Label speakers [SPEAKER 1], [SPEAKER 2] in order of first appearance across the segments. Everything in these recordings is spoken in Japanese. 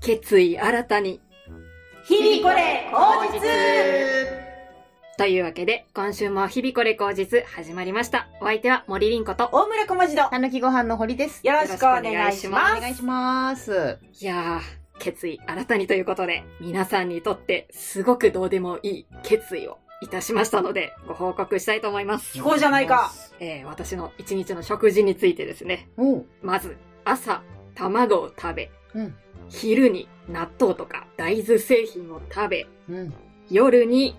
[SPEAKER 1] 決意新たに。
[SPEAKER 2] 日々これ口実
[SPEAKER 1] というわけで、今週も日々これ口実始まりました。お相手は森凛子と。
[SPEAKER 2] 大村小町の
[SPEAKER 3] たぬきご飯の堀です。
[SPEAKER 2] よろしくお願いします
[SPEAKER 3] お願いします。
[SPEAKER 1] いやー、決意新たにということで、皆さんにとってすごくどうでもいい決意をいたしましたので、ご報告したいと思います。
[SPEAKER 2] 聞こうじゃないか。
[SPEAKER 1] えー、私の一日の食事についてですね。
[SPEAKER 3] おう。
[SPEAKER 1] まず、朝、卵を食べ、
[SPEAKER 3] うん
[SPEAKER 1] 昼に納豆とか大豆製品を食べ、
[SPEAKER 3] うん。
[SPEAKER 1] 夜に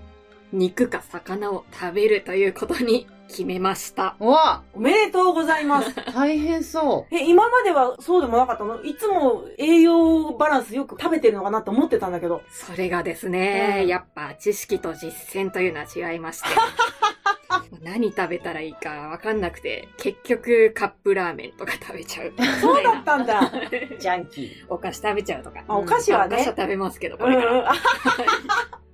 [SPEAKER 1] 肉か魚を食べるということに決めました。
[SPEAKER 3] うわ
[SPEAKER 2] おめでとうござい ます。
[SPEAKER 3] 大変そ
[SPEAKER 2] え、今まではそうでもなかったのいつも栄養バランスよく食べてるのかなと思ってたんだけど。
[SPEAKER 1] それがですね、
[SPEAKER 2] うん
[SPEAKER 1] やっぱ知識と実践というのは違いま して。もう何食べたらいいかわかんなくて、結局カップラーメンとか食べちゃう。
[SPEAKER 2] そうだったんだ。
[SPEAKER 3] う。ジャンキー。
[SPEAKER 1] お菓子食べちゃうとか。
[SPEAKER 2] あお菓子はね
[SPEAKER 1] お菓子は食べますけど、こ
[SPEAKER 2] うん
[SPEAKER 1] れから。
[SPEAKER 2] うん。あ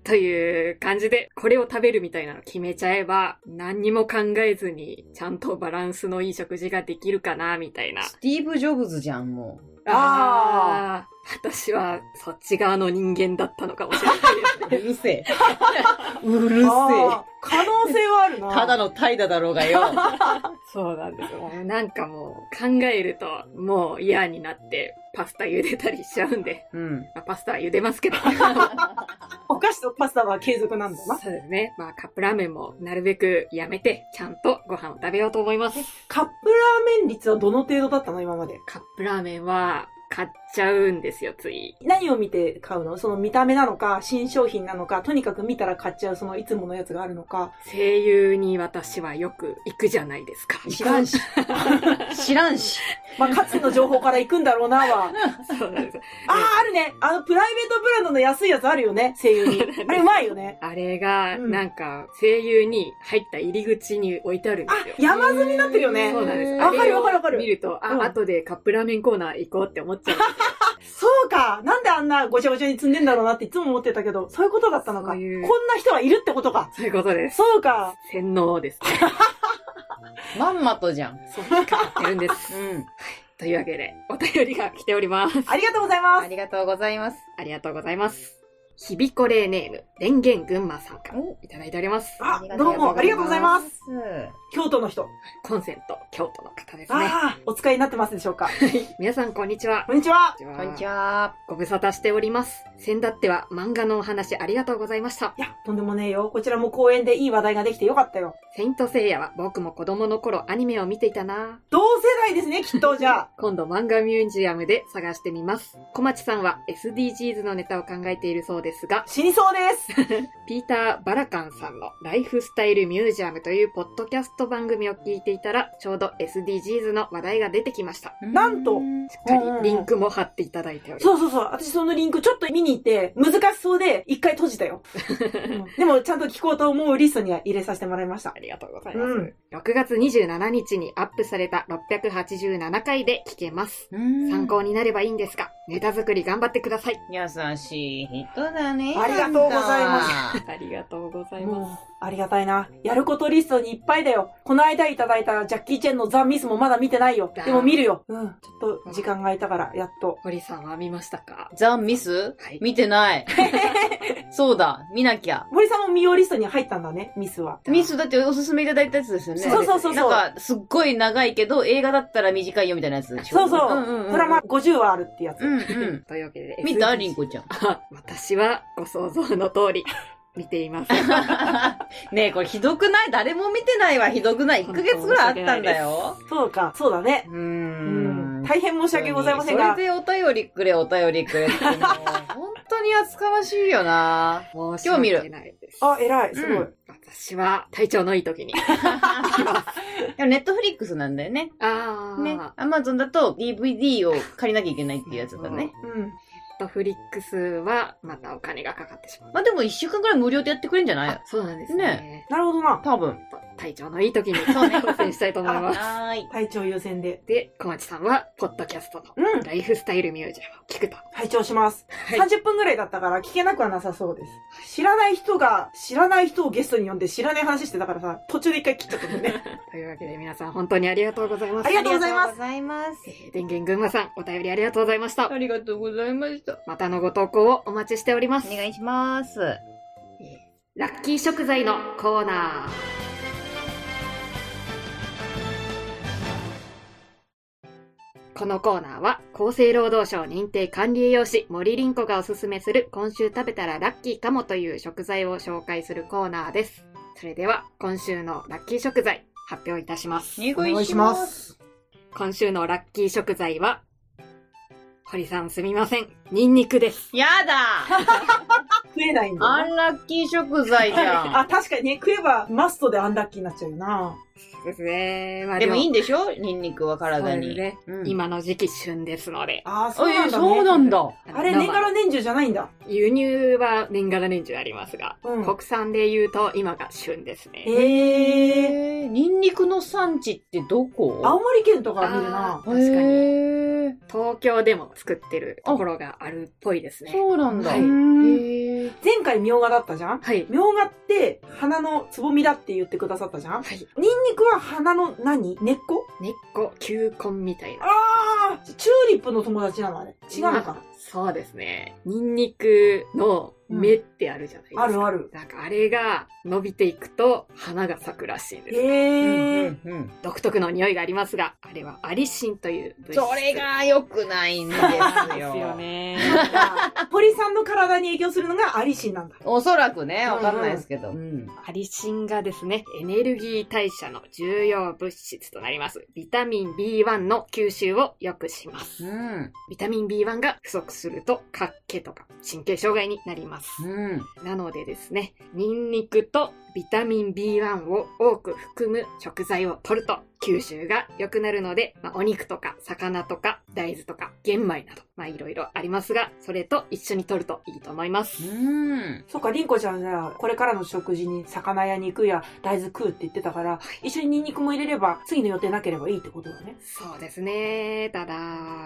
[SPEAKER 1] という感じで、これを食べるみたいなの決めちゃえば、何にも考えずに、ちゃんとバランスのいい食事ができるかな、みたいな。
[SPEAKER 3] スティーブ・ジョブズじゃん、も。
[SPEAKER 1] あー。私は、そっち側の人間だったのかもしれないう
[SPEAKER 3] うる せえ。うるせえ。
[SPEAKER 2] あ可能性はあるな。
[SPEAKER 3] ただの怠惰だろうがよ。
[SPEAKER 1] そうなんですよ。なんかもう考えるともう嫌になってパスタ茹でたりしちゃうん で、
[SPEAKER 3] うん。
[SPEAKER 1] まあ、パスタは茹でます けど。
[SPEAKER 2] お菓子とパスタは継続なんだな。
[SPEAKER 1] そうですね。まあカップラーメンもなるべくやめてちゃんとご飯を食べようと思います。
[SPEAKER 2] カップラーメン率はどの程度だったの今まで。
[SPEAKER 1] カップラーメンは買っちゃうんですよ、つい。
[SPEAKER 2] 何を見て買うのその見た目なのか、新商品なのか、とにかく見たら買っちゃうそのいつものやつがあるのか。
[SPEAKER 1] 声優に私はよく行くじゃないですか。
[SPEAKER 3] 知らんし。知らんし。
[SPEAKER 2] まあ、かつての情報から行くんだろうなは。
[SPEAKER 1] そうなんです。
[SPEAKER 2] ああ、あるね。あの、プライベートブランドの安いやつあるよね。声優に。あれ、うまいよね。
[SPEAKER 1] あれが、
[SPEAKER 2] うん
[SPEAKER 1] なんか、声優に入った入り口に置いてあるんで
[SPEAKER 2] あ
[SPEAKER 1] すよ。、
[SPEAKER 2] 山積みになってるよね
[SPEAKER 1] そ。うなんです。
[SPEAKER 2] わかるわかるわか
[SPEAKER 1] あれ
[SPEAKER 2] る
[SPEAKER 1] を見ると、あ、
[SPEAKER 2] うん
[SPEAKER 1] 後でカップラーメンコーナー行こうって思っ ちゃう。
[SPEAKER 2] そうか。なんであんなごちゃごちゃに積んでんだろうなっていつも思ってたけど、そういうことだったのか。
[SPEAKER 1] そう
[SPEAKER 2] こ
[SPEAKER 1] い
[SPEAKER 2] ん
[SPEAKER 1] う
[SPEAKER 2] な人はいるってことか。
[SPEAKER 1] そういうことです。
[SPEAKER 2] そうか。
[SPEAKER 1] 洗脳ですね。
[SPEAKER 3] まんまとじゃん。
[SPEAKER 1] そう引っかかってるんです。
[SPEAKER 3] うん。
[SPEAKER 1] というわけで、お便りが来ております。
[SPEAKER 2] ありがとうございま
[SPEAKER 3] あ
[SPEAKER 2] す。
[SPEAKER 3] りがとうございます。
[SPEAKER 1] ありがとうございます。ひびこれネーム、電源群馬さんから
[SPEAKER 3] お
[SPEAKER 1] いただいております。
[SPEAKER 2] あ、どうも、ありがとうございます。
[SPEAKER 3] す。
[SPEAKER 2] 京都の人。
[SPEAKER 1] コンセント、京都の方ですね。
[SPEAKER 2] ああ、お使いになってますでしょうか。
[SPEAKER 1] 皆さん、こんにちは。
[SPEAKER 2] こんにちは。
[SPEAKER 1] こんにち
[SPEAKER 3] こんにち
[SPEAKER 1] は。
[SPEAKER 3] は。
[SPEAKER 1] ご無沙汰しております。先だっては漫画のお話ありがとうございました。
[SPEAKER 2] いや、とんでもねえよ。こちらも公演でいい話題ができてよかったよ。
[SPEAKER 1] セイントセイヤは僕も子供の頃アニメを見ていたな
[SPEAKER 2] 同世代ですね、きっと、じ ゃあ。
[SPEAKER 1] 今度漫画ミュージアムで探してみます。小町さんは SDGs のネタを考えているそうですが、
[SPEAKER 2] 死にそうです。
[SPEAKER 1] ピーター・バラカンさんのライフスタイルミュージアムというポッドキャスト番組を聞いていたら、ちょうど SDGs の話題が出てきました。
[SPEAKER 2] なんと
[SPEAKER 1] しっかりリンクも貼っていただいております。
[SPEAKER 2] そうそうそう。私そのリンクちょっと見に行って、難しそうで、一回閉じた よ、うんでも、ちゃんと聞こうと思うリストには入れさせてもらいました
[SPEAKER 1] あ。りがとうございます。
[SPEAKER 2] うん
[SPEAKER 1] 6月27日にアップされた687回で聞けます。参
[SPEAKER 3] 参
[SPEAKER 1] 考になればいいんですが、ネタ作り頑張ってください。
[SPEAKER 3] 優しい人だね。
[SPEAKER 2] ありがとうございます
[SPEAKER 3] す。
[SPEAKER 1] ありがとうございます。
[SPEAKER 2] もう、ありがたいな。やることリストにいっぱいだよ。この間いただいたジャッキー・チェンのザ・ミスもまだ見てないよ。でも見るよ。うん。ちょっと、時間が空いたから、やっと。
[SPEAKER 1] 堀さんは見ましたか
[SPEAKER 3] ザ・ミス
[SPEAKER 1] はい
[SPEAKER 3] 見 てない。そうだ、見なきゃ。
[SPEAKER 2] 森さんも見ようリストに入ったんだね、ミスは。
[SPEAKER 3] ミスだっておすすめいただいたやつですよね。
[SPEAKER 2] そうそうそうそう
[SPEAKER 3] なんか、すっごい長いけど、映画だったら短いよみたいなやつでし
[SPEAKER 2] そ
[SPEAKER 3] ょ。
[SPEAKER 2] うそう。
[SPEAKER 3] んんうん
[SPEAKER 2] ドラマ50話あるってやつ。
[SPEAKER 3] うんうん。
[SPEAKER 1] というわけで、
[SPEAKER 3] 見た
[SPEAKER 1] SDGs
[SPEAKER 3] りんこちゃん。
[SPEAKER 1] あ私はご想像の通り見ています。
[SPEAKER 3] ねえ、これひどくない誰も見てないわ、ひどくない。1ヶ月ぐらいあったんだよ。
[SPEAKER 2] そうか、そうだね。
[SPEAKER 3] うー
[SPEAKER 2] うん
[SPEAKER 3] ん。
[SPEAKER 2] 大変申し訳ございませんが
[SPEAKER 3] そ。れでお便りくれ、お便りくれってもう本当に厚かましいよな
[SPEAKER 1] 今
[SPEAKER 3] 今日見る
[SPEAKER 1] ないです。
[SPEAKER 2] あ、偉い、すごい。
[SPEAKER 3] うん
[SPEAKER 1] 私は体調のいい時に。
[SPEAKER 3] でもネットフリックスなんだよね。
[SPEAKER 1] あー、
[SPEAKER 3] ね
[SPEAKER 1] ネッ。
[SPEAKER 3] アマゾンだと DVD を借りなきゃいけないっていうやつだね。
[SPEAKER 2] うん。
[SPEAKER 1] トフリックスはまたお金がかかってしまう。
[SPEAKER 3] まあでも一週間くらい無料でやってくれんじゃない
[SPEAKER 1] あそうなんですね。
[SPEAKER 2] なるほどな。
[SPEAKER 3] 多分。
[SPEAKER 1] 体調のいい時に挑戦したいと思い ます。
[SPEAKER 3] はーい。
[SPEAKER 2] 体調優先で。
[SPEAKER 1] で、小町さんは、ポッドキャストの
[SPEAKER 2] うん。
[SPEAKER 1] ライフスタイルミュージアムを聞くと。
[SPEAKER 2] 拝聴します。
[SPEAKER 1] はい
[SPEAKER 2] 30分ぐらいだったから聞けなくはなさそうです。知らない人が、知らない人をゲストに呼んで知らない話してたからさ、途中で一回切っちゃったもんね。
[SPEAKER 1] というわけで皆さん本当にありがとうございます。
[SPEAKER 2] ありがとうございます
[SPEAKER 3] ありがとうございます。
[SPEAKER 1] えー電源群馬さん、お便りありがとうございました。
[SPEAKER 3] りがとうございました。
[SPEAKER 1] またのご投稿をお待ちしております。
[SPEAKER 3] お願いします。は
[SPEAKER 1] えーラッキー食材のコーナー。このコーナーは、厚生労働省認定管理栄養士森凛子がおすすめする今週食べたらラッキーかもという食材を紹介するコーナーです。それでは、今週のラッキー食材、発表いたします。
[SPEAKER 3] お
[SPEAKER 2] 願いします。
[SPEAKER 1] 今週のラッキー食材は、堀さんすみません。ニンニクです。
[SPEAKER 3] や だ
[SPEAKER 2] 食えないんだよ
[SPEAKER 3] ア
[SPEAKER 2] な。
[SPEAKER 3] ンラッキー食材じゃ
[SPEAKER 2] あ、確かにね、食えばマストでアンラッキーになっちゃうよな。
[SPEAKER 1] ですね。まあ
[SPEAKER 3] ん。でもいい
[SPEAKER 1] ん
[SPEAKER 3] んでしょニンニクは体に。
[SPEAKER 1] ね、
[SPEAKER 3] うん
[SPEAKER 1] 今の時期旬ですので。
[SPEAKER 2] あー、
[SPEAKER 3] あ
[SPEAKER 2] そうなん
[SPEAKER 3] え
[SPEAKER 2] だ、ね。
[SPEAKER 3] そうなんだ。
[SPEAKER 2] あれ、年がら年中じゃないんだ。
[SPEAKER 1] 輸入は年がら年中ありますが、
[SPEAKER 2] うん
[SPEAKER 1] 国産で言うと今が旬ですね。
[SPEAKER 2] ええ
[SPEAKER 3] えー、ニンニクの産地ってどこ
[SPEAKER 2] ー。青森県とかは見
[SPEAKER 1] あ
[SPEAKER 2] る
[SPEAKER 1] ー
[SPEAKER 2] な。
[SPEAKER 1] 確かに。
[SPEAKER 3] へー
[SPEAKER 1] 東京でも作ってるところがあるっぽいですね。
[SPEAKER 3] そうなんだ。
[SPEAKER 1] は
[SPEAKER 3] へ
[SPEAKER 1] い
[SPEAKER 2] うん
[SPEAKER 3] ー
[SPEAKER 2] 前回、みょうがだったじゃん
[SPEAKER 1] はい。
[SPEAKER 2] みょうがって、花のつぼみだって言ってくださったじゃん
[SPEAKER 1] はい。
[SPEAKER 2] ニンニクは花の何根っこ
[SPEAKER 1] 根っこ、球根みたいな。
[SPEAKER 2] ああチューリップの友達なのあれ。違うのか
[SPEAKER 1] あ。そうですね。ニンニクの芽ってあるじゃないですか。
[SPEAKER 2] あるある。
[SPEAKER 1] なんかあれが伸びていくと花が咲くらしいです。
[SPEAKER 2] へ
[SPEAKER 3] う
[SPEAKER 2] え。
[SPEAKER 3] んうんうん
[SPEAKER 1] 独特の匂いがありますが、あれはアリシンという物質。
[SPEAKER 3] それが良くないんです
[SPEAKER 1] です よ
[SPEAKER 3] よ。
[SPEAKER 1] ね。
[SPEAKER 2] 堀さんの体に影響するのがアリシンなんだ。
[SPEAKER 3] おそらくね、わかんないですけど。うん
[SPEAKER 1] アリシンがですね、エネルギー代謝の重要物質となります。ビタミン B1 の吸収を良くします。
[SPEAKER 3] うん。
[SPEAKER 1] ビタミン B1 が不足すると、活気とか神経障害になります。
[SPEAKER 3] うん。
[SPEAKER 1] なのでですね、ニンニクとビタミン B1 を多く含む食材を摂ると吸収が良くなるので、まあ、お肉とか魚とか大豆とか玄米など、まあいろいろありますが、それと一緒に摂るといいと思います。
[SPEAKER 3] うん。
[SPEAKER 2] そっか、リンコちゃんがこれからの食事に魚や肉や大豆食うって言ってたから、一緒にニンニクも入れれば、次の予定なければいいってことだね。
[SPEAKER 1] そうですね。ただ、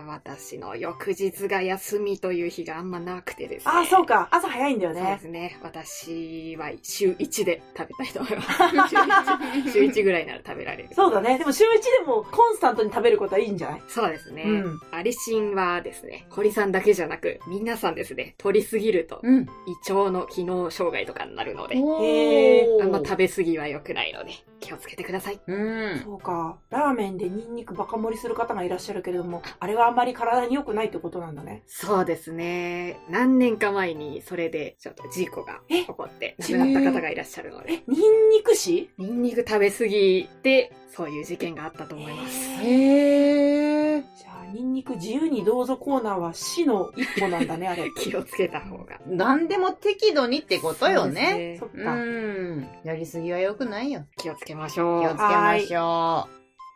[SPEAKER 1] 私の翌日が休みという日があんまなくてですね。
[SPEAKER 2] ああ、そうか。朝早いんだよ
[SPEAKER 1] そうで
[SPEAKER 2] ね。
[SPEAKER 1] すね。私は週1で食べたいと思い ます。 週1ぐらいなら食べられる。
[SPEAKER 2] そうだね。でも週一でもコンスタントに食べることはいいんじゃない
[SPEAKER 1] そうですね。
[SPEAKER 2] うん
[SPEAKER 1] アリシンはですね、堀さんだけじゃなく、皆さんですね、取りすぎると
[SPEAKER 3] うん。
[SPEAKER 1] 胃腸の機能障害とかになるので、
[SPEAKER 2] へ
[SPEAKER 1] あんま食
[SPEAKER 3] べ。
[SPEAKER 1] べ過ぎは良くないので、気をつけてください。
[SPEAKER 3] うん。
[SPEAKER 2] そうか。ラーメンでニンニクバカ盛りする方がいらっしゃるけれども、あれはあんまり体に良くないってことなんだね。
[SPEAKER 1] そうですね。何年か前にそれでちょっと事故が
[SPEAKER 2] え
[SPEAKER 1] 起こって亡くなった方がいらっしゃるので、
[SPEAKER 2] え、ニンニク死
[SPEAKER 1] ニンニク食べ過ぎてそういう事件があったと思います。
[SPEAKER 2] えー
[SPEAKER 3] へえ。
[SPEAKER 2] じゃあ、ニンニク自由にどうぞコーナーは死の一歩なんだね、 あれ。
[SPEAKER 1] 気をつけた方が。
[SPEAKER 3] 何でも適度にってことよね。
[SPEAKER 1] そう
[SPEAKER 2] そ
[SPEAKER 1] です
[SPEAKER 2] っ
[SPEAKER 3] う
[SPEAKER 2] か。
[SPEAKER 3] ん。やりすぎは良くないよ。
[SPEAKER 1] 気をつけまし
[SPEAKER 3] 気
[SPEAKER 1] ょ
[SPEAKER 3] をつけ
[SPEAKER 1] う。
[SPEAKER 3] ましょ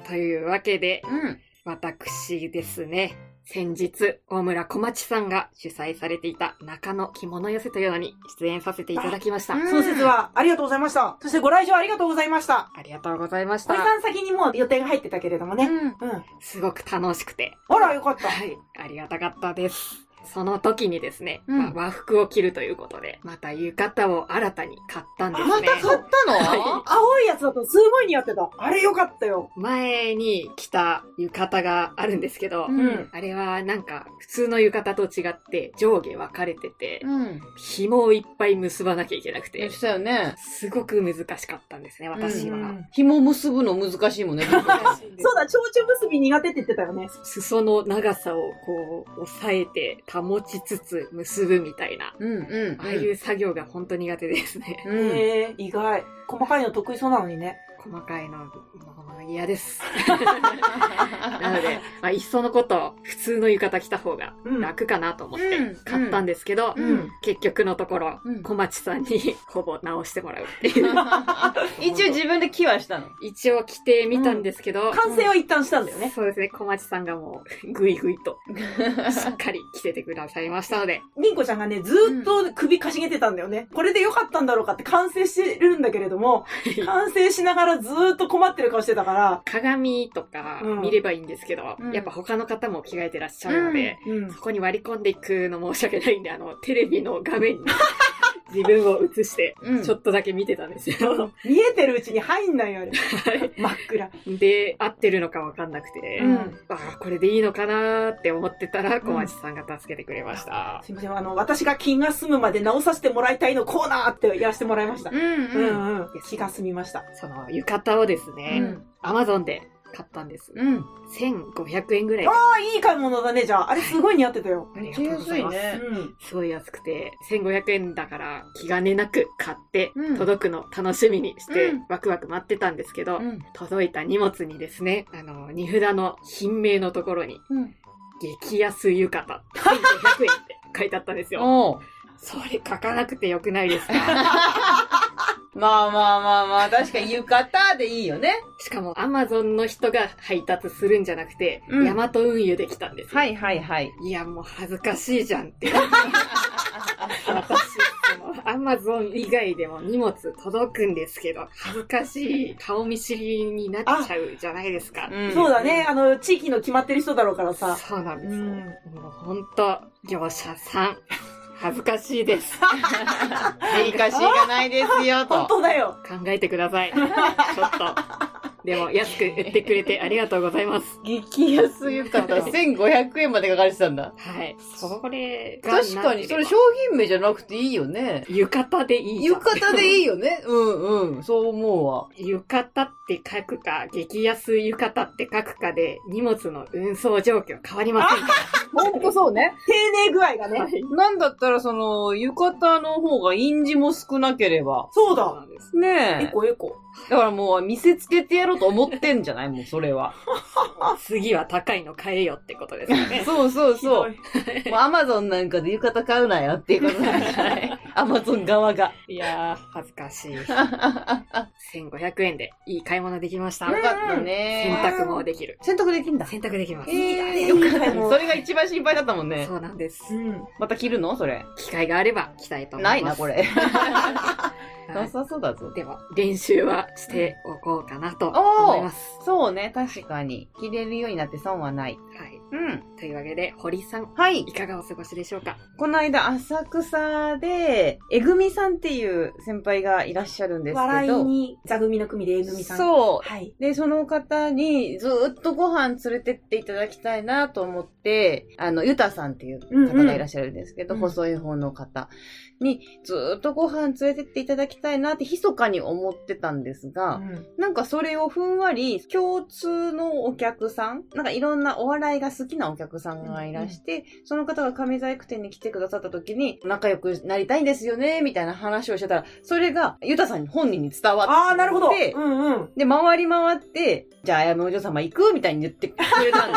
[SPEAKER 1] というわけで
[SPEAKER 3] う。、うん。
[SPEAKER 1] 私ですね、先日、大村小町さんが主催されていた中野着物寄せというのに出演させていただきました。
[SPEAKER 3] あうん
[SPEAKER 2] その説はありがとうございました。そしてご来場ありがとうございました。
[SPEAKER 1] ありがとうございまし
[SPEAKER 2] 堀さ
[SPEAKER 1] た。
[SPEAKER 2] ん先にもう予定が入ってたけれどもね。
[SPEAKER 3] うん。
[SPEAKER 2] うん。
[SPEAKER 1] すごく楽しくて、
[SPEAKER 2] あら、よかった。
[SPEAKER 1] はい、ありがたかったです。その時にですね、
[SPEAKER 3] うん
[SPEAKER 1] まあ和服を着るということで、また浴衣を新たに買ったんですね。
[SPEAKER 3] また買ったの
[SPEAKER 2] 青いやつだとすごい似合ってた。あれよかったよ。
[SPEAKER 1] 前に着た浴衣があるんですけど、
[SPEAKER 3] うん
[SPEAKER 1] あれはなんか普通の浴衣と違って上下分かれてて、
[SPEAKER 3] うん。
[SPEAKER 1] 紐をいっぱい結ばなきゃいけなくて
[SPEAKER 3] で、したよね。
[SPEAKER 1] すごく難しかったんですね、私は。
[SPEAKER 2] うん
[SPEAKER 3] 紐結ぶの難しいもんね。
[SPEAKER 2] そうだ、蝶々結び苦手って言ってたよね。
[SPEAKER 1] 裾の長さをこう、押さえて保ちつつ結ぶみたいな。
[SPEAKER 3] うんうん。
[SPEAKER 1] ああいう作業が本当苦手ですね。
[SPEAKER 3] うん。
[SPEAKER 2] へえ、意外。細かいの得意そうなのにね。
[SPEAKER 1] 細かいの、もう嫌です。なので、まあ、いっそのこと、普通の浴衣着た方が
[SPEAKER 2] うん
[SPEAKER 1] 楽かなと思っ
[SPEAKER 3] うん
[SPEAKER 1] て買ったんですけど、
[SPEAKER 3] うん
[SPEAKER 1] 結局のところ、
[SPEAKER 3] うん
[SPEAKER 1] 小町さんに ほぼ直してもらうって いう。
[SPEAKER 3] 一応自分で木はした の。
[SPEAKER 1] 一応着てみたんですけど、
[SPEAKER 2] 完成は一旦したんだよね。
[SPEAKER 1] そうですね、小町さんがもう、 ぐいぐいと、しっかり着せてくださいましたので、
[SPEAKER 2] りんこちゃんがね、ずーっと首かしげてたんだよね。これで良かったんだろうかって完成してるんだけれども、完成しながらずーっと困ってる顔してたから、
[SPEAKER 1] 鏡とか
[SPEAKER 2] うん
[SPEAKER 1] 見ればいいんですけど、
[SPEAKER 3] うん
[SPEAKER 1] やっぱ他の方も着替えてらっしゃるので、
[SPEAKER 2] うん
[SPEAKER 1] そこに割り込んでいくの申し訳ないんで、あの、テレビの画面に自分を映して、
[SPEAKER 3] うん
[SPEAKER 1] ちょっとだけ見てたんですよ。
[SPEAKER 2] 見えてるうちに入んないよ、あれ。
[SPEAKER 1] はい
[SPEAKER 2] 真っ暗。
[SPEAKER 1] で、合ってるのかわかんなくて、
[SPEAKER 2] うん
[SPEAKER 1] ああ、これでいいのかなーって思ってたら、
[SPEAKER 2] ん
[SPEAKER 1] 小町さんが助けてくれました。
[SPEAKER 2] すいません、あの、私が気が済むまで直させてもらいたいのコーナーってやらせてもらいました。う
[SPEAKER 3] うん
[SPEAKER 2] んうん。気が済みました。
[SPEAKER 1] その浴衣をです
[SPEAKER 3] う
[SPEAKER 1] ね、
[SPEAKER 3] ん。
[SPEAKER 1] アマゾンで買ったんです。
[SPEAKER 3] うん。
[SPEAKER 1] 1500円ぐらいで。
[SPEAKER 2] ああ、いい買い物だね、じゃあ。あれすごい似合ってたよ。
[SPEAKER 1] ありがとうございま
[SPEAKER 3] めっちゃ安いね
[SPEAKER 1] す。
[SPEAKER 2] うん。
[SPEAKER 1] すごい安くて、1500円だから気兼ねなく買って
[SPEAKER 3] うん、
[SPEAKER 1] 届くの楽しみにして
[SPEAKER 3] うん、
[SPEAKER 1] ワクワク待ってたんですけど、
[SPEAKER 3] うん。
[SPEAKER 1] 届いた荷物にですね、あの、荷札の品名のところに、
[SPEAKER 3] うん。
[SPEAKER 1] 激安浴衣、1500円って書いてあったんですよ。
[SPEAKER 3] おう
[SPEAKER 1] それ書かなくてよくないですか
[SPEAKER 3] まあまあまあまあ、確かに浴衣でいいよね。
[SPEAKER 1] しかも Amazon の人が配達するんじゃなくて、
[SPEAKER 3] うん
[SPEAKER 1] ヤマト運輸で来たんですよ。
[SPEAKER 3] はいはいはい。
[SPEAKER 1] いや、もう恥ずかしいじゃんって。私、その、アマゾン以外でも荷物届くんですけど、恥ずかしい顔見知りになっちゃうじゃないですか。
[SPEAKER 3] うん
[SPEAKER 2] そうだね、あの、地域の決まってる人だろうからさ。
[SPEAKER 1] そうなんです。
[SPEAKER 2] うん
[SPEAKER 1] もうほんと、業者さん、恥ずかしいです。
[SPEAKER 3] デリカシーがないですよ、
[SPEAKER 2] 本
[SPEAKER 3] と。
[SPEAKER 2] 当だよ。
[SPEAKER 1] 考えてください。ちょっと。でも、安く売ってくれてありがとうございます。
[SPEAKER 3] 激安浴衣。1500円ま で書かれてたんだ。
[SPEAKER 1] はい。それがなけ
[SPEAKER 3] 確
[SPEAKER 1] れば
[SPEAKER 3] かに、それ商品名じゃなくていいよね。
[SPEAKER 1] 浴衣でいいじゃん
[SPEAKER 3] 浴衣でいいよね。うんうん。そう思うわ。
[SPEAKER 1] 浴衣って書くか、激安浴衣って書くかで、荷物の運送状況変わりませんか
[SPEAKER 3] ほんとそうね。
[SPEAKER 2] 丁寧具合が
[SPEAKER 1] ら
[SPEAKER 2] ね。
[SPEAKER 1] ね。
[SPEAKER 3] なんだったら、その、浴衣の方が印字も少なければ。
[SPEAKER 2] そ
[SPEAKER 1] そう
[SPEAKER 2] うだ。
[SPEAKER 1] なんです。
[SPEAKER 3] ねえ。
[SPEAKER 2] エコエコ。
[SPEAKER 3] だからもう見せつけてやろうと思ってんじゃないもうそれは。
[SPEAKER 1] 次は高いの買えよってことですよね。
[SPEAKER 3] そうそうそう。も
[SPEAKER 2] ひ
[SPEAKER 3] うアマゾンなんかで浴衣買うなよっていうことなんじ ゃないアマゾン側が。
[SPEAKER 1] いやー、恥ずかしい。1500円でいい買い物できました。
[SPEAKER 3] よかった
[SPEAKER 1] 洗
[SPEAKER 3] ね。
[SPEAKER 1] 濯もできる。
[SPEAKER 3] 洗濯できんだ。
[SPEAKER 1] 洗濯できます。
[SPEAKER 3] ええ
[SPEAKER 2] よか
[SPEAKER 3] よ
[SPEAKER 2] っ
[SPEAKER 3] か
[SPEAKER 2] た
[SPEAKER 3] った。それが一番心配だったもんね
[SPEAKER 1] そ。うなんです。
[SPEAKER 2] どいうん。
[SPEAKER 3] また着るのそれ。
[SPEAKER 1] 機会があれば着たいと思います。
[SPEAKER 3] ないな、これ。
[SPEAKER 1] は
[SPEAKER 3] ないさそうだぞ。
[SPEAKER 1] でも、練習はしておこうかなと思います。
[SPEAKER 3] そうね、確かに。着れるようになって損はない。
[SPEAKER 1] はい。
[SPEAKER 3] うん。
[SPEAKER 1] というわけで、堀さん、
[SPEAKER 3] はい
[SPEAKER 1] い。かがお過ごしでしょう か
[SPEAKER 3] この間、浅草で、えぐみさんっていう先輩がいらっしゃるんですけど。
[SPEAKER 2] 笑いに、座組の組でえぐみさん。う。
[SPEAKER 3] そう。
[SPEAKER 2] はい。
[SPEAKER 3] で、その方にずーっとご飯連れてっていただきたいなと思って、あの、ゆたさんっていう方がいらっしゃるんですけど、
[SPEAKER 2] うんうん
[SPEAKER 3] 細い方の方にずーっとご飯連れてっていただきたいなって密かに思ってたんですが、なんかそれをふんわり共通のお客さん、なんかいろんなお笑いが好きなお客さんがいらして、その方が亀細工店に来てくださった時に仲良くなりたいんですよね、みたいな話をしてたら、それがゆたさんに本人に伝わって、
[SPEAKER 2] ああ、なるほど。うんうん。
[SPEAKER 3] で、回り回って、じゃあ、あやめお嬢様行くみたいに 言ってくれたんで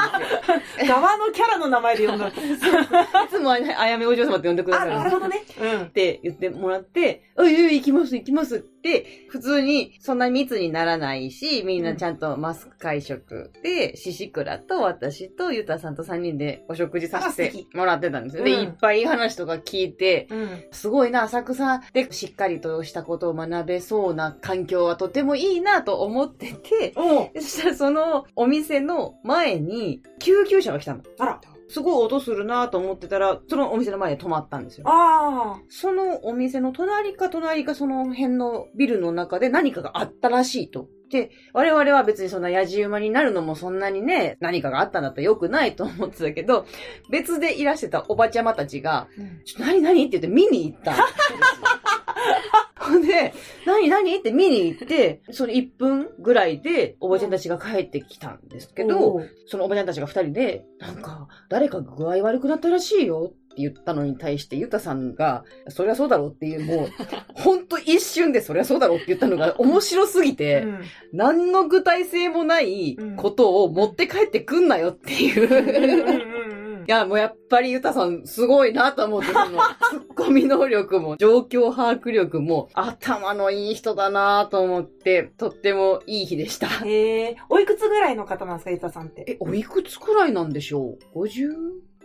[SPEAKER 3] すよ。
[SPEAKER 2] 側のキャラの名前で呼んだ。
[SPEAKER 3] いつもあやあやめお嬢様って呼んでく だ
[SPEAKER 2] あ、
[SPEAKER 3] さるん
[SPEAKER 2] な
[SPEAKER 3] で
[SPEAKER 2] る
[SPEAKER 3] す
[SPEAKER 2] ほどね。うん
[SPEAKER 3] っ。て言ってもらって、あ、いやいや行きます、行きますって、普通にそんなに密にならないし、みんなちゃんとマスク会食で、シシクラと私とゆたさんと3人でお食事させ
[SPEAKER 2] あ素
[SPEAKER 3] てもらってたんですよ。で、
[SPEAKER 2] うん
[SPEAKER 3] いっぱい話とか聞いて、
[SPEAKER 2] うん。
[SPEAKER 3] すごいな、浅草でしっかりとしたことを学べそうな環境はとてもいいなと思ってて、
[SPEAKER 2] おう
[SPEAKER 3] そしたらそのお店の前に救急車が来たの。
[SPEAKER 2] あら。
[SPEAKER 3] すごい音するなと思ってたら、そのお店の前で止まったんですよ。
[SPEAKER 2] あ
[SPEAKER 3] そのお店の隣か隣かその辺のビルの中で何かがあったらしいと。で、我々は別にそんなやじ馬になるのもそんなにね、何かがあったんだったら良くないと思ってたけど、別でいらしてたおばちゃまたちが、
[SPEAKER 2] あ。
[SPEAKER 3] ちょっと何何って言って見に行ったんですよ。ほんで、何何って見に行って、その1分ぐらいでおばちゃんたちが帰ってきたんですけど、
[SPEAKER 2] おう、
[SPEAKER 3] そのおばちゃんたちが2人で、なんか、誰か具合悪くなったらしいよ言ったのに対して、ゆたさんが、そりゃそうだろうっていう、もう、ほんと一瞬でそりゃそうだろうって言ったのが面白すぎて、何の具体性もないことを持って帰ってくんなよっていう。 いや、もうやっぱりゆたさんすごいなと思って、その、ツッコミ能力も、状況把握力も、頭のいい人だなと思って、とってもいい日でした。
[SPEAKER 2] へえ、おいくつぐらいの方なんですか、ゆたさんって。
[SPEAKER 3] え、おいくつくらいなんでしょう ?50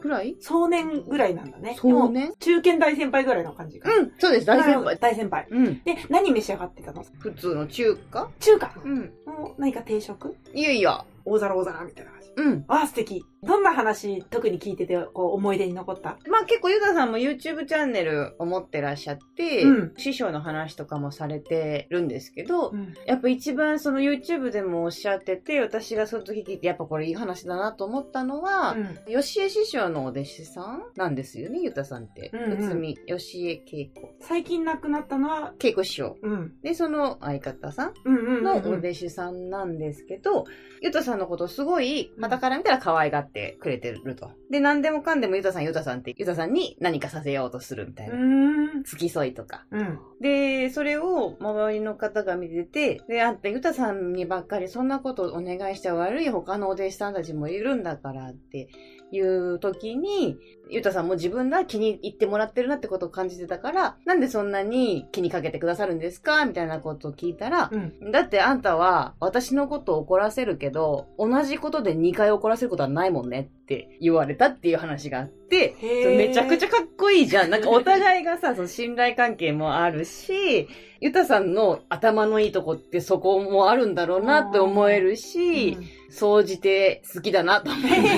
[SPEAKER 3] くらい
[SPEAKER 2] 少年ぐらいなんだね。
[SPEAKER 3] そう
[SPEAKER 2] で
[SPEAKER 3] ね
[SPEAKER 2] も。中堅大先輩ぐらいの感じか。
[SPEAKER 3] うん、そうです、大先
[SPEAKER 2] なるほど
[SPEAKER 3] 輩。
[SPEAKER 2] 大先輩。
[SPEAKER 3] うん。
[SPEAKER 2] で、何召し上がってたの
[SPEAKER 3] 普通の中華
[SPEAKER 2] 中華
[SPEAKER 3] うん。
[SPEAKER 2] の何か定食
[SPEAKER 3] いやいや。
[SPEAKER 2] 大皿大皿みたいな感じ。
[SPEAKER 3] うん。
[SPEAKER 2] わあ、素敵。どんな話、特に聞いてて、こう、思い出に残った
[SPEAKER 3] まあ結構ゆださんも YouTube チャンネルを持ってらっしゃって、
[SPEAKER 2] うん
[SPEAKER 3] 師匠の話とかもされてるんですけど、やっぱ一番その YouTube でもおっしゃってて、私がその時聞いて、やっぱこれいい話だなと思ったのは、
[SPEAKER 2] うん
[SPEAKER 3] 吉江師匠のお弟子さんなんですよね、ゆたさんって。
[SPEAKER 2] うんうん
[SPEAKER 3] 内海吉江恵子。
[SPEAKER 2] 最近亡くなったのは、
[SPEAKER 3] 恵子師匠。
[SPEAKER 2] うん。
[SPEAKER 3] で、その相方さん
[SPEAKER 2] うんうんうんうん。
[SPEAKER 3] のお弟子さんなんですけど、ゆたさんのことすごい、またから見たら可愛がってくれてると。で、何でもかんでもゆたさんゆたさんって、ゆたさんに何かさせようとするみたいうな。
[SPEAKER 2] ん。
[SPEAKER 3] 付き添いとか。
[SPEAKER 2] うん。
[SPEAKER 3] で、それを周りの方が見てて、で、あんたゆたさんにばっかりそんなことお願いして悪い他のお弟子さんたちもいるんだからっていう時に、ゆたさんも自分が気に入ってもらってるなってことを感じてたから、なんでそんなに気にかけてくださるんですかみたいなことを聞いたら、
[SPEAKER 2] うん。
[SPEAKER 3] だってあんたは私のことを怒らせるけど、同じことで2回怒らせることはないもんねって言われたっていう話があって、
[SPEAKER 2] へー
[SPEAKER 3] それめちゃくちゃかっこいいじゃん。なんかお互いがさ、その信頼関係もあるし、ゆたさんの頭のいいとこってそこもあるんだろうなって思えるし
[SPEAKER 2] う、ん
[SPEAKER 3] 総じて好きだなと思いました。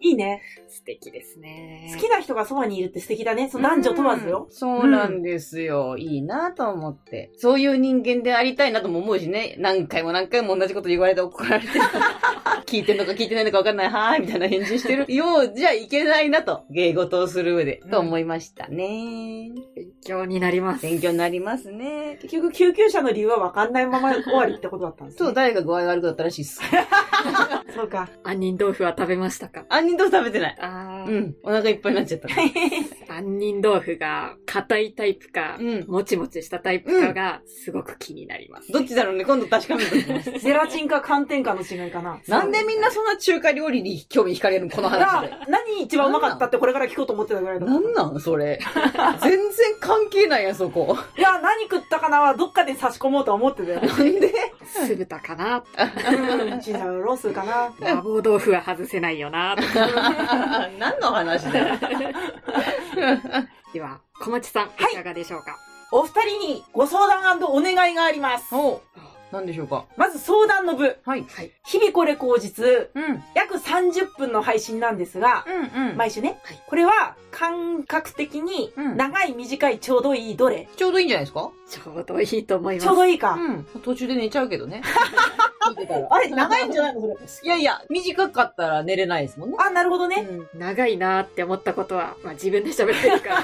[SPEAKER 2] いいね。
[SPEAKER 1] 素敵ですね。
[SPEAKER 2] 好きな人がそばにいるって素敵だね。その 男女問わずよ
[SPEAKER 3] うん。そうなんですよ。いいなと思って。そういう人間でありたいなとも思うしね。何回も何回も同じこと言われて怒られて。 聞いてんのか聞いてないのか分かんない。はーい。みたいな返事してる。よう、じゃいけないなと。芸事をする上で。
[SPEAKER 2] うん
[SPEAKER 3] と思いましたね。
[SPEAKER 1] 勉強になります。
[SPEAKER 3] 勉強になりますね。
[SPEAKER 2] 結局、救急車の理由は分かんないまま終わりってことだったんです、ね。
[SPEAKER 3] そう、誰か具合悪くなったらしいっす。
[SPEAKER 2] そうか。
[SPEAKER 1] 杏仁豆腐は食べましたか
[SPEAKER 3] 杏仁豆腐食べてない。
[SPEAKER 1] あー、
[SPEAKER 3] うん。お腹いっぱいになっちゃった。
[SPEAKER 1] 杏仁豆腐が硬いタイプか、
[SPEAKER 3] うん
[SPEAKER 1] もちもちしたタイプかがすごく気になります。
[SPEAKER 3] どっちだろうね。今度確かめておき ます。
[SPEAKER 2] ゼラチンか寒天かの違いかな。
[SPEAKER 3] なんでみんなそんな中華料理に興味惹かれるのこの話 で。
[SPEAKER 2] な何一番うまかったってこれから聞こうと思ってたぐらいだった
[SPEAKER 3] なんなんそれ。全然関係ないやん、そこ。
[SPEAKER 2] いや、何食ったかなはどっかで差し込もうとは思って たよ。
[SPEAKER 3] なんで
[SPEAKER 1] 酢豚かな
[SPEAKER 2] うんチンジャオロースかな。
[SPEAKER 1] 麻婆豆腐は外せないよ な
[SPEAKER 3] 何の話だよ。
[SPEAKER 1] では、小町さん、
[SPEAKER 2] はい
[SPEAKER 1] いかがでしょうか、
[SPEAKER 2] お二人にご相談お願いがあります。
[SPEAKER 3] お何でしょうか。
[SPEAKER 2] まず相談の部。
[SPEAKER 3] はい。
[SPEAKER 1] はい。
[SPEAKER 2] 日々これ口実。
[SPEAKER 3] うん。うん
[SPEAKER 2] 約30分の配信なんですが、
[SPEAKER 3] うん
[SPEAKER 2] 毎週ね
[SPEAKER 1] はい。
[SPEAKER 2] これは感覚的に
[SPEAKER 3] うん
[SPEAKER 2] 長い短いちょうどいいどれ
[SPEAKER 3] ちょうどいいんじゃないですか
[SPEAKER 1] ちょうどいいと思います。
[SPEAKER 2] ちょうどいいか。
[SPEAKER 3] ん。途中で寝ちゃうけどね。 聞いてたら。
[SPEAKER 2] あれ、長いんじゃないのそれ。
[SPEAKER 3] いやいや、短かったら寝れないですもんね。
[SPEAKER 2] あ、なるほどね。
[SPEAKER 1] 長いなーって思ったことは、まあ自分で喋ってる から、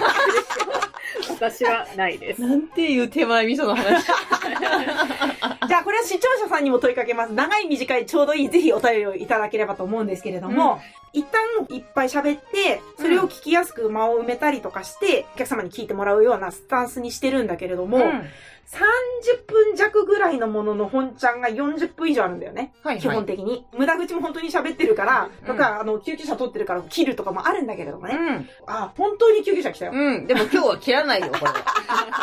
[SPEAKER 1] 私はないです。
[SPEAKER 3] なんていう手前味噌の話。
[SPEAKER 2] じゃあこれは視聴者さんにも問いかけます。長い短いちょうどいい、ぜひお便りをいただければと思うんですけれども、一旦いっぱい喋って、それを聞きやすく間を埋めたりとかして、お客様に聞いてもらうようなスタンスにしてるんだけれども、
[SPEAKER 3] もう。
[SPEAKER 2] 30分弱ぐらいのものの本ちゃんが40分以上あるんだよね。
[SPEAKER 3] はい
[SPEAKER 2] 基本的に。無駄口も本当に喋ってるから、
[SPEAKER 3] うん
[SPEAKER 2] とか、あの、救急車取ってるから切るとかもあるんだけれどもね。
[SPEAKER 3] うん。
[SPEAKER 2] あ、本当に救急車来たよ。
[SPEAKER 3] うん。でも今日は切らないよ、これは。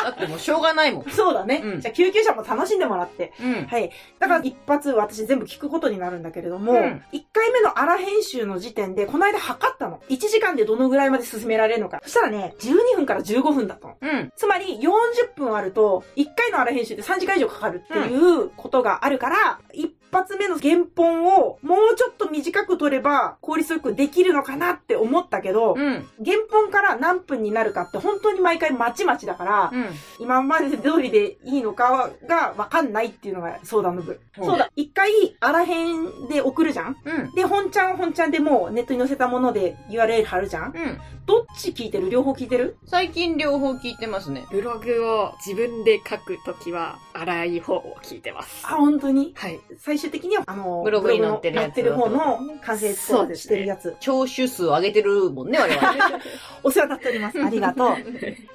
[SPEAKER 3] だってもうしょうがないもん。
[SPEAKER 2] そうだね。
[SPEAKER 3] うん
[SPEAKER 2] じゃあ救急車も楽しんでもらって。
[SPEAKER 3] うん。
[SPEAKER 2] はい。だから一発私全部聞くことになるんだけれども、
[SPEAKER 3] うん
[SPEAKER 2] 一1回目の荒編集の時点で、この間測ったの。1時間でどのぐらいまで進められるのか。そしたらね、12分から15分だったの。
[SPEAKER 3] うん。
[SPEAKER 2] つまり40分あると、1回の荒編集って3時間以上かかるっていうことがあるから、一発目の原本をもうちょっと短く取れば効率よくできるのかなって思ったけど、
[SPEAKER 3] うん。
[SPEAKER 2] 原本から何分になるかって本当に毎回まちまちだから、
[SPEAKER 3] うん。
[SPEAKER 2] 今まで通りでいいのかがわかんないっていうのが相談の部。
[SPEAKER 3] うん
[SPEAKER 2] そうだ、一回、あらへんで送るじゃん
[SPEAKER 3] うん。
[SPEAKER 2] で、本ちゃんは本ちゃんでもうネットに載せたもので URL 貼るじゃん
[SPEAKER 3] うん。
[SPEAKER 2] どっち聞いてる両方聞いてる
[SPEAKER 3] 最近両方聞いてますね。
[SPEAKER 1] ブログを自分で書くときは、荒い方を聞いてます。
[SPEAKER 2] あ、本当に
[SPEAKER 1] はい。
[SPEAKER 2] 最終的には、あの、
[SPEAKER 3] ブログに載ってるやつ
[SPEAKER 2] ブログの載ってる方の完成
[SPEAKER 1] そうですね
[SPEAKER 2] してるやつ。
[SPEAKER 3] 聴取数上げてるもんね、我々。
[SPEAKER 2] お世話になっております。ありがとう。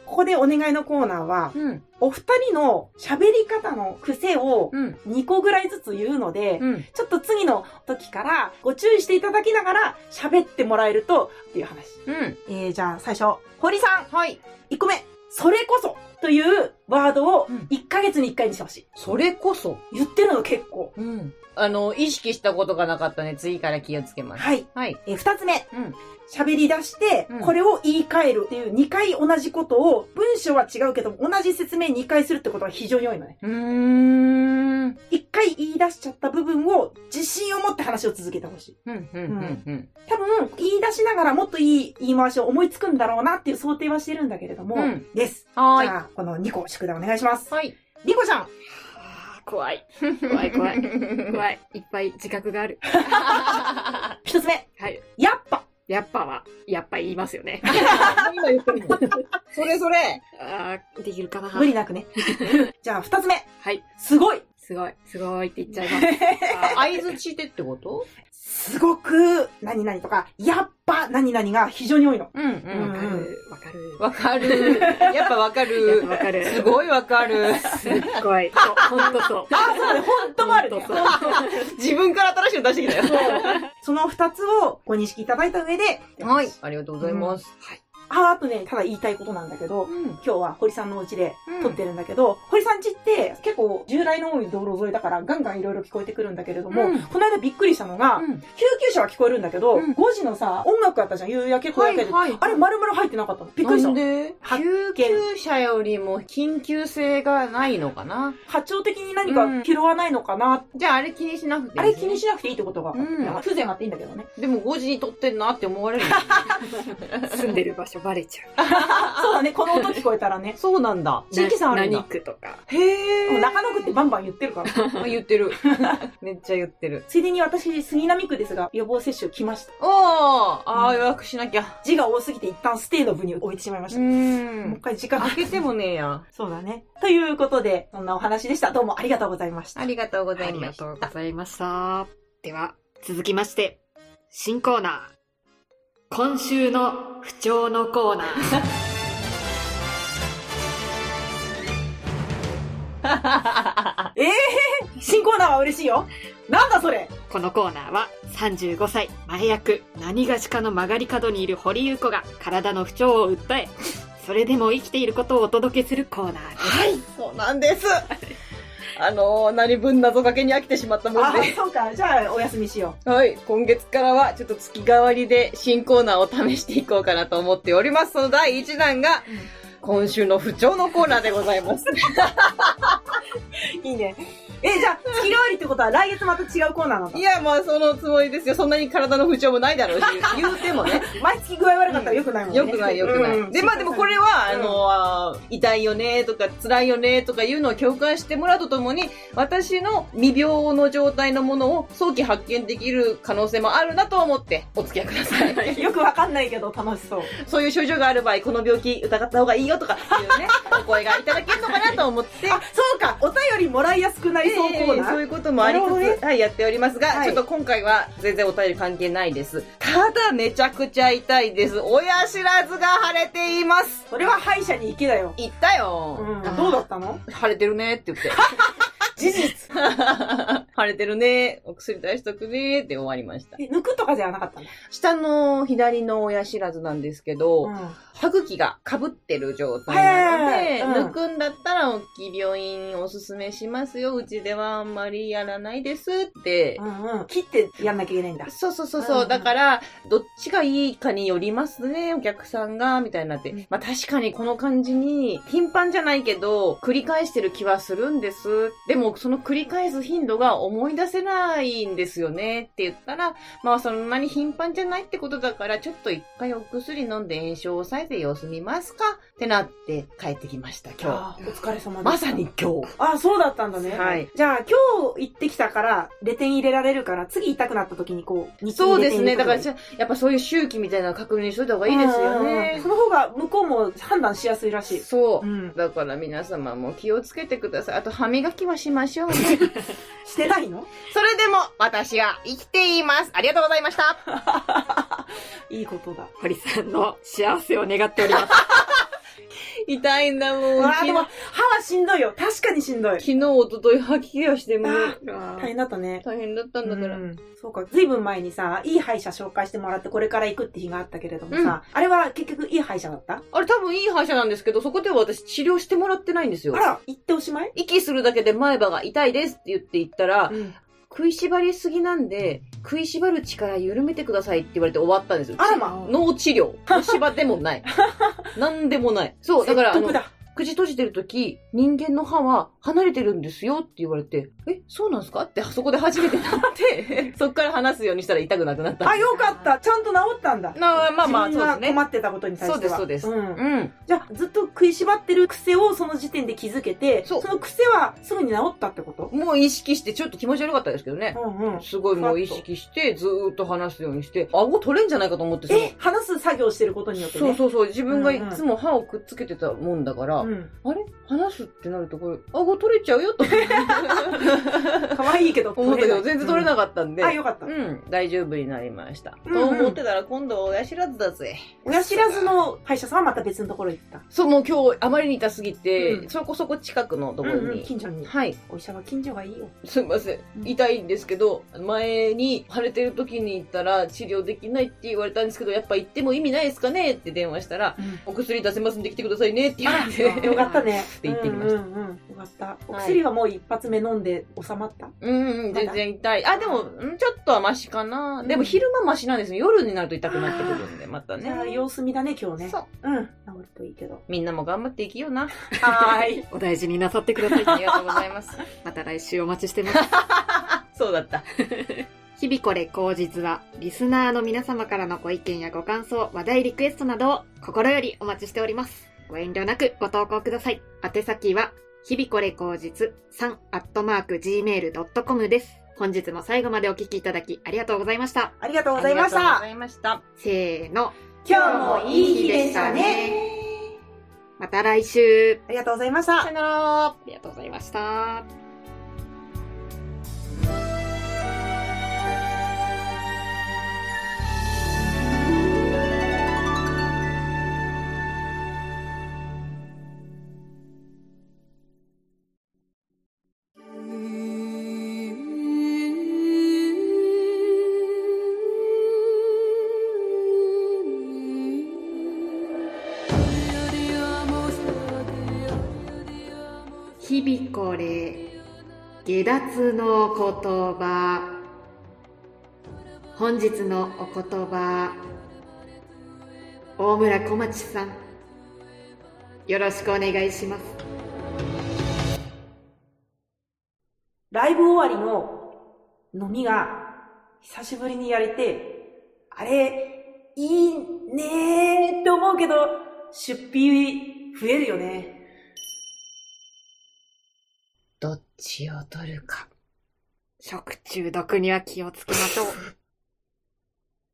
[SPEAKER 2] ここでお願いのコーナーは、
[SPEAKER 3] うん。
[SPEAKER 2] お二人の喋り方の癖を
[SPEAKER 3] うん。
[SPEAKER 2] 2個ぐらいずつ言うので、
[SPEAKER 3] うん。
[SPEAKER 2] ちょっと次の時からご注意していただきながら喋ってもらえるとっていう話。
[SPEAKER 3] うん。
[SPEAKER 2] えー、じゃあ最初、堀さん、
[SPEAKER 3] はい。
[SPEAKER 2] 1個目、それこそというワードを
[SPEAKER 3] うん
[SPEAKER 2] 1ヶ月に1回にしてほしい。
[SPEAKER 3] それこそ。
[SPEAKER 2] 言ってるの結構。
[SPEAKER 3] うん。あの、意識したことがなかったね。次から気をつけます。
[SPEAKER 2] はい。
[SPEAKER 3] はい。
[SPEAKER 2] えー、2つ目、
[SPEAKER 3] うん。
[SPEAKER 2] 喋り出して
[SPEAKER 3] うん、
[SPEAKER 2] これを言い換えるっていう2回同じことを、文章は違うけども、同じ説明2回するってことが非常に多いのね。
[SPEAKER 3] うーん。
[SPEAKER 2] 1回言い出しちゃった部分を自信を持って話を続けてほしい。
[SPEAKER 3] うん、うん、うん、うん。
[SPEAKER 2] 多分、言い出しながらもっといい言い回しを思いつくんだろうなっていう想定はしてるんだけれども、
[SPEAKER 3] うん
[SPEAKER 2] です。
[SPEAKER 3] は
[SPEAKER 2] じ
[SPEAKER 3] ーい。
[SPEAKER 2] ゃあ、この2個宿題お願いします。
[SPEAKER 3] はい。
[SPEAKER 2] リコちゃん
[SPEAKER 1] あー怖い。怖い怖い 怖い。いっぱい自覚がある。
[SPEAKER 2] 一つ目、
[SPEAKER 1] はい。
[SPEAKER 2] やっぱ
[SPEAKER 1] やっぱは、やっぱ言いますよね。
[SPEAKER 3] 今言ってるもん。それそれ。
[SPEAKER 1] あーできるかな
[SPEAKER 2] 無理なくね。 じゃあ二つ目、
[SPEAKER 1] はい。
[SPEAKER 2] すごい
[SPEAKER 1] すごい。すごいって言っちゃいます。あ
[SPEAKER 3] 合図してってこと
[SPEAKER 2] すごく、何々とか、やっぱ何々が非常に多いの。
[SPEAKER 3] うん、う
[SPEAKER 1] ーわ
[SPEAKER 3] ん。
[SPEAKER 1] かる。わかる。
[SPEAKER 3] わか る。やっぱわか
[SPEAKER 1] やっ
[SPEAKER 3] る
[SPEAKER 1] ぱ。わかる。
[SPEAKER 3] すごいわかる。
[SPEAKER 1] すっごい。そうほんとそう。
[SPEAKER 2] あ、そうだね、ほんともある
[SPEAKER 1] ほ
[SPEAKER 2] ね
[SPEAKER 1] ん。とそう
[SPEAKER 3] 自分から新しいの出してきたよ。
[SPEAKER 2] その二つをご認識いただいた上で、
[SPEAKER 3] はい。ありがとうございます。
[SPEAKER 2] あ、あとね、ただ言いたいことなんだけど、
[SPEAKER 3] うん。
[SPEAKER 2] 今日は堀さんのお家で撮ってるんだけど、堀さん家って結構従来の多い道路沿いだからガンガンいろいろ聞こえてくるんだけれども、
[SPEAKER 3] うん
[SPEAKER 2] この間びっくりしたのが、
[SPEAKER 3] うん
[SPEAKER 2] 救急車は聞こえるんだけど、
[SPEAKER 3] うん
[SPEAKER 2] 5時のさ、音楽あったじゃん、夕焼け小
[SPEAKER 3] は
[SPEAKER 2] 焼け
[SPEAKER 3] い、
[SPEAKER 2] で。
[SPEAKER 3] はい。
[SPEAKER 2] あれ丸々入ってなかったの。びっくりした
[SPEAKER 3] なん。で
[SPEAKER 2] 発
[SPEAKER 3] 救急車よりも緊急性がないのかな
[SPEAKER 2] 波長的に何か拾わないのかな、
[SPEAKER 3] じゃああれ気にしなくていい、
[SPEAKER 2] あれ気にしなくていいってことが、
[SPEAKER 3] うん
[SPEAKER 2] 風情があっていいんだけどね。
[SPEAKER 3] でも5時に撮ってんなって思われるよね。
[SPEAKER 1] 住んでる場所バレちゃう。
[SPEAKER 2] そうだね、この音聞こえたらね。
[SPEAKER 3] そうなんだ。地域さんあるん
[SPEAKER 1] 何
[SPEAKER 3] だ。
[SPEAKER 1] 区とか。
[SPEAKER 3] へ
[SPEAKER 2] もう
[SPEAKER 3] ー。
[SPEAKER 2] 中野区ってバンバン言ってるから。
[SPEAKER 3] あ言ってる。 めっちゃ言ってる。
[SPEAKER 2] ついでに私、杉並区ですが、予防接種来ました。
[SPEAKER 3] おーあ
[SPEAKER 2] う
[SPEAKER 3] ー
[SPEAKER 2] ん
[SPEAKER 3] 予約しなきゃ。
[SPEAKER 2] 字が多すぎて一旦ステイの部に置いてしまいま
[SPEAKER 3] う
[SPEAKER 2] した。
[SPEAKER 3] ー
[SPEAKER 2] もう一
[SPEAKER 3] ん。
[SPEAKER 2] 回時間が
[SPEAKER 3] 開けてもねえや。
[SPEAKER 2] そうだね。ということで、そんなお話でした。どうもありがとうございました。
[SPEAKER 3] ありがとうござ
[SPEAKER 1] あ
[SPEAKER 3] い
[SPEAKER 1] り
[SPEAKER 3] ま
[SPEAKER 1] が
[SPEAKER 3] した
[SPEAKER 1] と。うございました。では、続きまして、新コーナー。今週の不調のコーナー。
[SPEAKER 2] ええー、 新コーナーは嬉しいよ。なんだそれ
[SPEAKER 1] このコーナーは、35歳、前役、何がしかの曲がり角にいる堀優子が体の不調を訴え、それでも生きていることをお届けするコーナーです。
[SPEAKER 3] はい、そうなんです。あのー、何分謎かけに飽きてしまったもん
[SPEAKER 2] あ
[SPEAKER 3] で。、
[SPEAKER 2] そうか。じゃあ、お休みしよ
[SPEAKER 3] はい、今月からはちょっと月替わりで新コーナーを試していこうかなと思っております。その第1弾が、今週の不調のコーナーでございます。
[SPEAKER 2] う。いいね。え、じゃあ、月替わりってことは来月また違うコーナーなのか
[SPEAKER 3] いや、まあそのつもりですよ。そんなに体の不調もないだろうし、言うてもね、
[SPEAKER 2] 毎月具合悪かったら良くないもんね。
[SPEAKER 3] 良くない良くない。
[SPEAKER 2] うん
[SPEAKER 3] で、まあでもこれは、あのあー、痛いよねとか辛いよねとかいうのを共感してもらうとともに、私の未病の状態のものを早期発見できる可能性もあるなと思ってお付き合いくださ い。
[SPEAKER 2] よくわかんないけど楽しそう。
[SPEAKER 3] そういう症状がある場合、この病気疑った方がいいよ とかっていうね、お声がいただけるのかなと思って。
[SPEAKER 2] あ、そうか。お便りもらいやすくなりそうコー
[SPEAKER 3] ええ
[SPEAKER 2] ナ
[SPEAKER 3] そうい
[SPEAKER 2] ー。
[SPEAKER 3] うこともありつ
[SPEAKER 2] なるほどね
[SPEAKER 3] つ、はい、やっておりますが、
[SPEAKER 2] はい
[SPEAKER 3] ちょっと今回は全然お便り関係ないです。ただめちゃくちゃ痛いです。親知らずが腫れています。
[SPEAKER 2] それは歯医者に行けだよ。
[SPEAKER 3] 言った
[SPEAKER 2] う
[SPEAKER 3] よ。
[SPEAKER 2] ん。どうだったの
[SPEAKER 3] 腫れてるねって言って。
[SPEAKER 2] 事実。
[SPEAKER 3] 腫れてるね。お薬出しとくねって終わりました。
[SPEAKER 2] え抜くとかじゃなかったの
[SPEAKER 3] 下の左の親知らずなんですけど、
[SPEAKER 2] ん。
[SPEAKER 3] 歯茎が被ってる状態なので、
[SPEAKER 2] はいはいはいうん
[SPEAKER 3] 抜くんだったら大きい病院おすすめしますよ。うちではあんまりやらないですって。
[SPEAKER 2] うんうん。切ってやんなきゃいけないんだ。
[SPEAKER 3] そうそうそう
[SPEAKER 2] うん
[SPEAKER 3] そうう。
[SPEAKER 2] ん
[SPEAKER 3] だから、どっちがいいかによりますね、お客さんが、みたいになって
[SPEAKER 2] うん。
[SPEAKER 3] まあ確かにこの感じに、頻繁じゃないけど、繰り返してる気はするんです。でも、その繰りり返す頻度が思い出せないんですよねって言ったら、まあそんなに頻繁じゃないってことだから、ちょっと一回お薬飲んで炎症を抑えて様子見ますかってなって帰ってきました、今
[SPEAKER 2] あーお疲れ様
[SPEAKER 3] 日。
[SPEAKER 2] です。
[SPEAKER 3] まさに。今日。
[SPEAKER 2] あ、そうだったんだね。
[SPEAKER 3] はい。
[SPEAKER 2] じゃあ、今日行ってきたから、レ点入れられるから、次痛くなった時にこう、日記
[SPEAKER 3] そう
[SPEAKER 2] 入れ
[SPEAKER 3] で
[SPEAKER 2] て
[SPEAKER 3] す
[SPEAKER 2] み
[SPEAKER 3] ね。
[SPEAKER 2] ると
[SPEAKER 3] だからじゃあやっぱそういう周期みたいなの確認しといた方がいいですよ
[SPEAKER 2] うん
[SPEAKER 3] ね
[SPEAKER 2] そ。の方が向こうも判断しやすいらしい。
[SPEAKER 3] そう
[SPEAKER 2] う。ん。
[SPEAKER 3] だから皆様も気をつけてください。あと歯磨きはしましょうね。
[SPEAKER 2] してないの
[SPEAKER 3] それでも私は生きています。ありがとうございました。
[SPEAKER 2] いいことだ。
[SPEAKER 1] 堀さんの幸せを願っております。
[SPEAKER 3] 痛いんだも。
[SPEAKER 2] うんわ
[SPEAKER 3] 昨
[SPEAKER 2] ー
[SPEAKER 3] 日
[SPEAKER 2] でも、歯はしんどいよ。確かにしんどい。
[SPEAKER 3] 昨日、一昨日吐き気がしてもう
[SPEAKER 2] あ
[SPEAKER 1] 大
[SPEAKER 2] 大変だったね。
[SPEAKER 3] 大変だったんだから。
[SPEAKER 2] うんそうか、ずいぶん前にさ、いい歯医者紹介してもらってこれから行くって日があったけれどもさ、あれは結局いい歯医者だった
[SPEAKER 3] あれ多分いい歯医者なんですけど、そこでは私治療してもらってないんです
[SPEAKER 2] あ
[SPEAKER 3] よ。
[SPEAKER 2] ら、行っておしまい
[SPEAKER 3] 息するだけで前歯が痛いですって言って言ったら、
[SPEAKER 2] うん
[SPEAKER 3] 食いしばりすぎなんで、食いしばる力緩めてくださいって言われて終わったんですよ。
[SPEAKER 2] あらま。
[SPEAKER 3] 脳治療。虫歯でも ない。なんでもない。そう、だから、あ
[SPEAKER 2] 説
[SPEAKER 3] の
[SPEAKER 2] 得、だ。
[SPEAKER 3] 口閉じてるとき、人間の歯は離れてるんですよって言われて、え、そうなんですかって、そこで初めて なって、そっから話すようにしたら痛くなくなった。
[SPEAKER 2] あ、よかった。ちゃんと治ったんだ。
[SPEAKER 3] なまあまあ、
[SPEAKER 2] 自
[SPEAKER 3] そう
[SPEAKER 2] 分が
[SPEAKER 3] ですね。
[SPEAKER 2] 困ってたことに対しては。
[SPEAKER 3] そうですそ
[SPEAKER 2] う
[SPEAKER 3] う
[SPEAKER 2] ん
[SPEAKER 3] うん。
[SPEAKER 2] じゃあ、ずっと食いしばってる癖をその時点で気づけて、
[SPEAKER 3] そ
[SPEAKER 2] そうの癖はすぐに治ったってこと
[SPEAKER 3] もう意識して、ちょっと気持ち悪かったですけどね。
[SPEAKER 2] うんうん。
[SPEAKER 3] すごいもう意識して、ずーっと話すようにして、顎取れんじゃないかと思って、その
[SPEAKER 2] え、話す作業してることによってね。
[SPEAKER 3] そうそうそう、自分がい
[SPEAKER 2] うんうん
[SPEAKER 3] つも歯をくっつけてたもんだから、
[SPEAKER 2] うん。
[SPEAKER 3] あれ話すってなると、これ、顎取れちゃうよと思って
[SPEAKER 2] 可愛いけど、
[SPEAKER 3] 思ったけど、
[SPEAKER 2] 取れ
[SPEAKER 3] 全然取れ
[SPEAKER 2] い。
[SPEAKER 3] なかったん
[SPEAKER 2] う
[SPEAKER 3] で。
[SPEAKER 2] んあ、よかった。
[SPEAKER 3] うん、大丈夫になりました。
[SPEAKER 2] うん
[SPEAKER 3] と思ってたら今度は親知らずだぜ。
[SPEAKER 2] 親知らずの歯医者さんはまた別のところに行った。
[SPEAKER 3] そう、もう今日あまりに痛すぎて、
[SPEAKER 2] うん
[SPEAKER 3] そこそこ近くのところに。
[SPEAKER 2] うんうん近所に。
[SPEAKER 3] はい。
[SPEAKER 2] お医者は近所がいい よ。
[SPEAKER 3] すいません。痛いんですけど、前に腫れてる時に行ったら治療できないって言われたんですけど、やっぱ行っても意味ないですかねって電話したら、お薬出せますんで来てくださいねって言われ
[SPEAKER 1] あら
[SPEAKER 2] よ
[SPEAKER 3] て。
[SPEAKER 2] かったね。
[SPEAKER 3] て言ってきました
[SPEAKER 2] うんうんうん。よかった。お薬はもう一発目飲んで収まった。
[SPEAKER 3] うんうん、全然痛い。あ、でも、うんちょっとはマシかな。でも昼間マシなんですね。夜になると痛くなってくるんで、また
[SPEAKER 2] じゃあ、
[SPEAKER 3] ね。
[SPEAKER 2] 様子見だね、今日ね。
[SPEAKER 3] そう。
[SPEAKER 2] うん。治るといいけど。
[SPEAKER 3] みんなも頑張って生きような。
[SPEAKER 2] はーい。
[SPEAKER 1] お大事になさってください。
[SPEAKER 3] ありがとうございます。
[SPEAKER 1] また来週お待ちしてます。
[SPEAKER 3] そうだった。
[SPEAKER 1] 日々これ口実は、リスナーの皆様からのご意見やご感想、話題リクエストなどを心よりお待ちしております。ご遠慮なくご投稿ください。宛先は、日々これ口実3 gmail.com です。本日も最後までお聞きいただきありがとうございました。
[SPEAKER 2] ありがとうご
[SPEAKER 3] あ
[SPEAKER 2] ざい
[SPEAKER 3] りが
[SPEAKER 2] ま
[SPEAKER 3] と
[SPEAKER 2] し
[SPEAKER 3] うご
[SPEAKER 2] た
[SPEAKER 3] ざ。いました。
[SPEAKER 1] せーの。
[SPEAKER 2] 今日もいい日でしたね。
[SPEAKER 1] また来週。
[SPEAKER 2] ありがとうございました
[SPEAKER 3] さ。よなら。
[SPEAKER 1] ありがとうございました。日々これ下脱の言葉本日のお言葉大村小町さんよろしくお願いします
[SPEAKER 2] ライブ終わりの飲みが久しぶりにやれて、あれ、いいねーって思うけど、出費増えるよね。
[SPEAKER 3] どっちを取るか。
[SPEAKER 1] 食中毒には気をつけましょう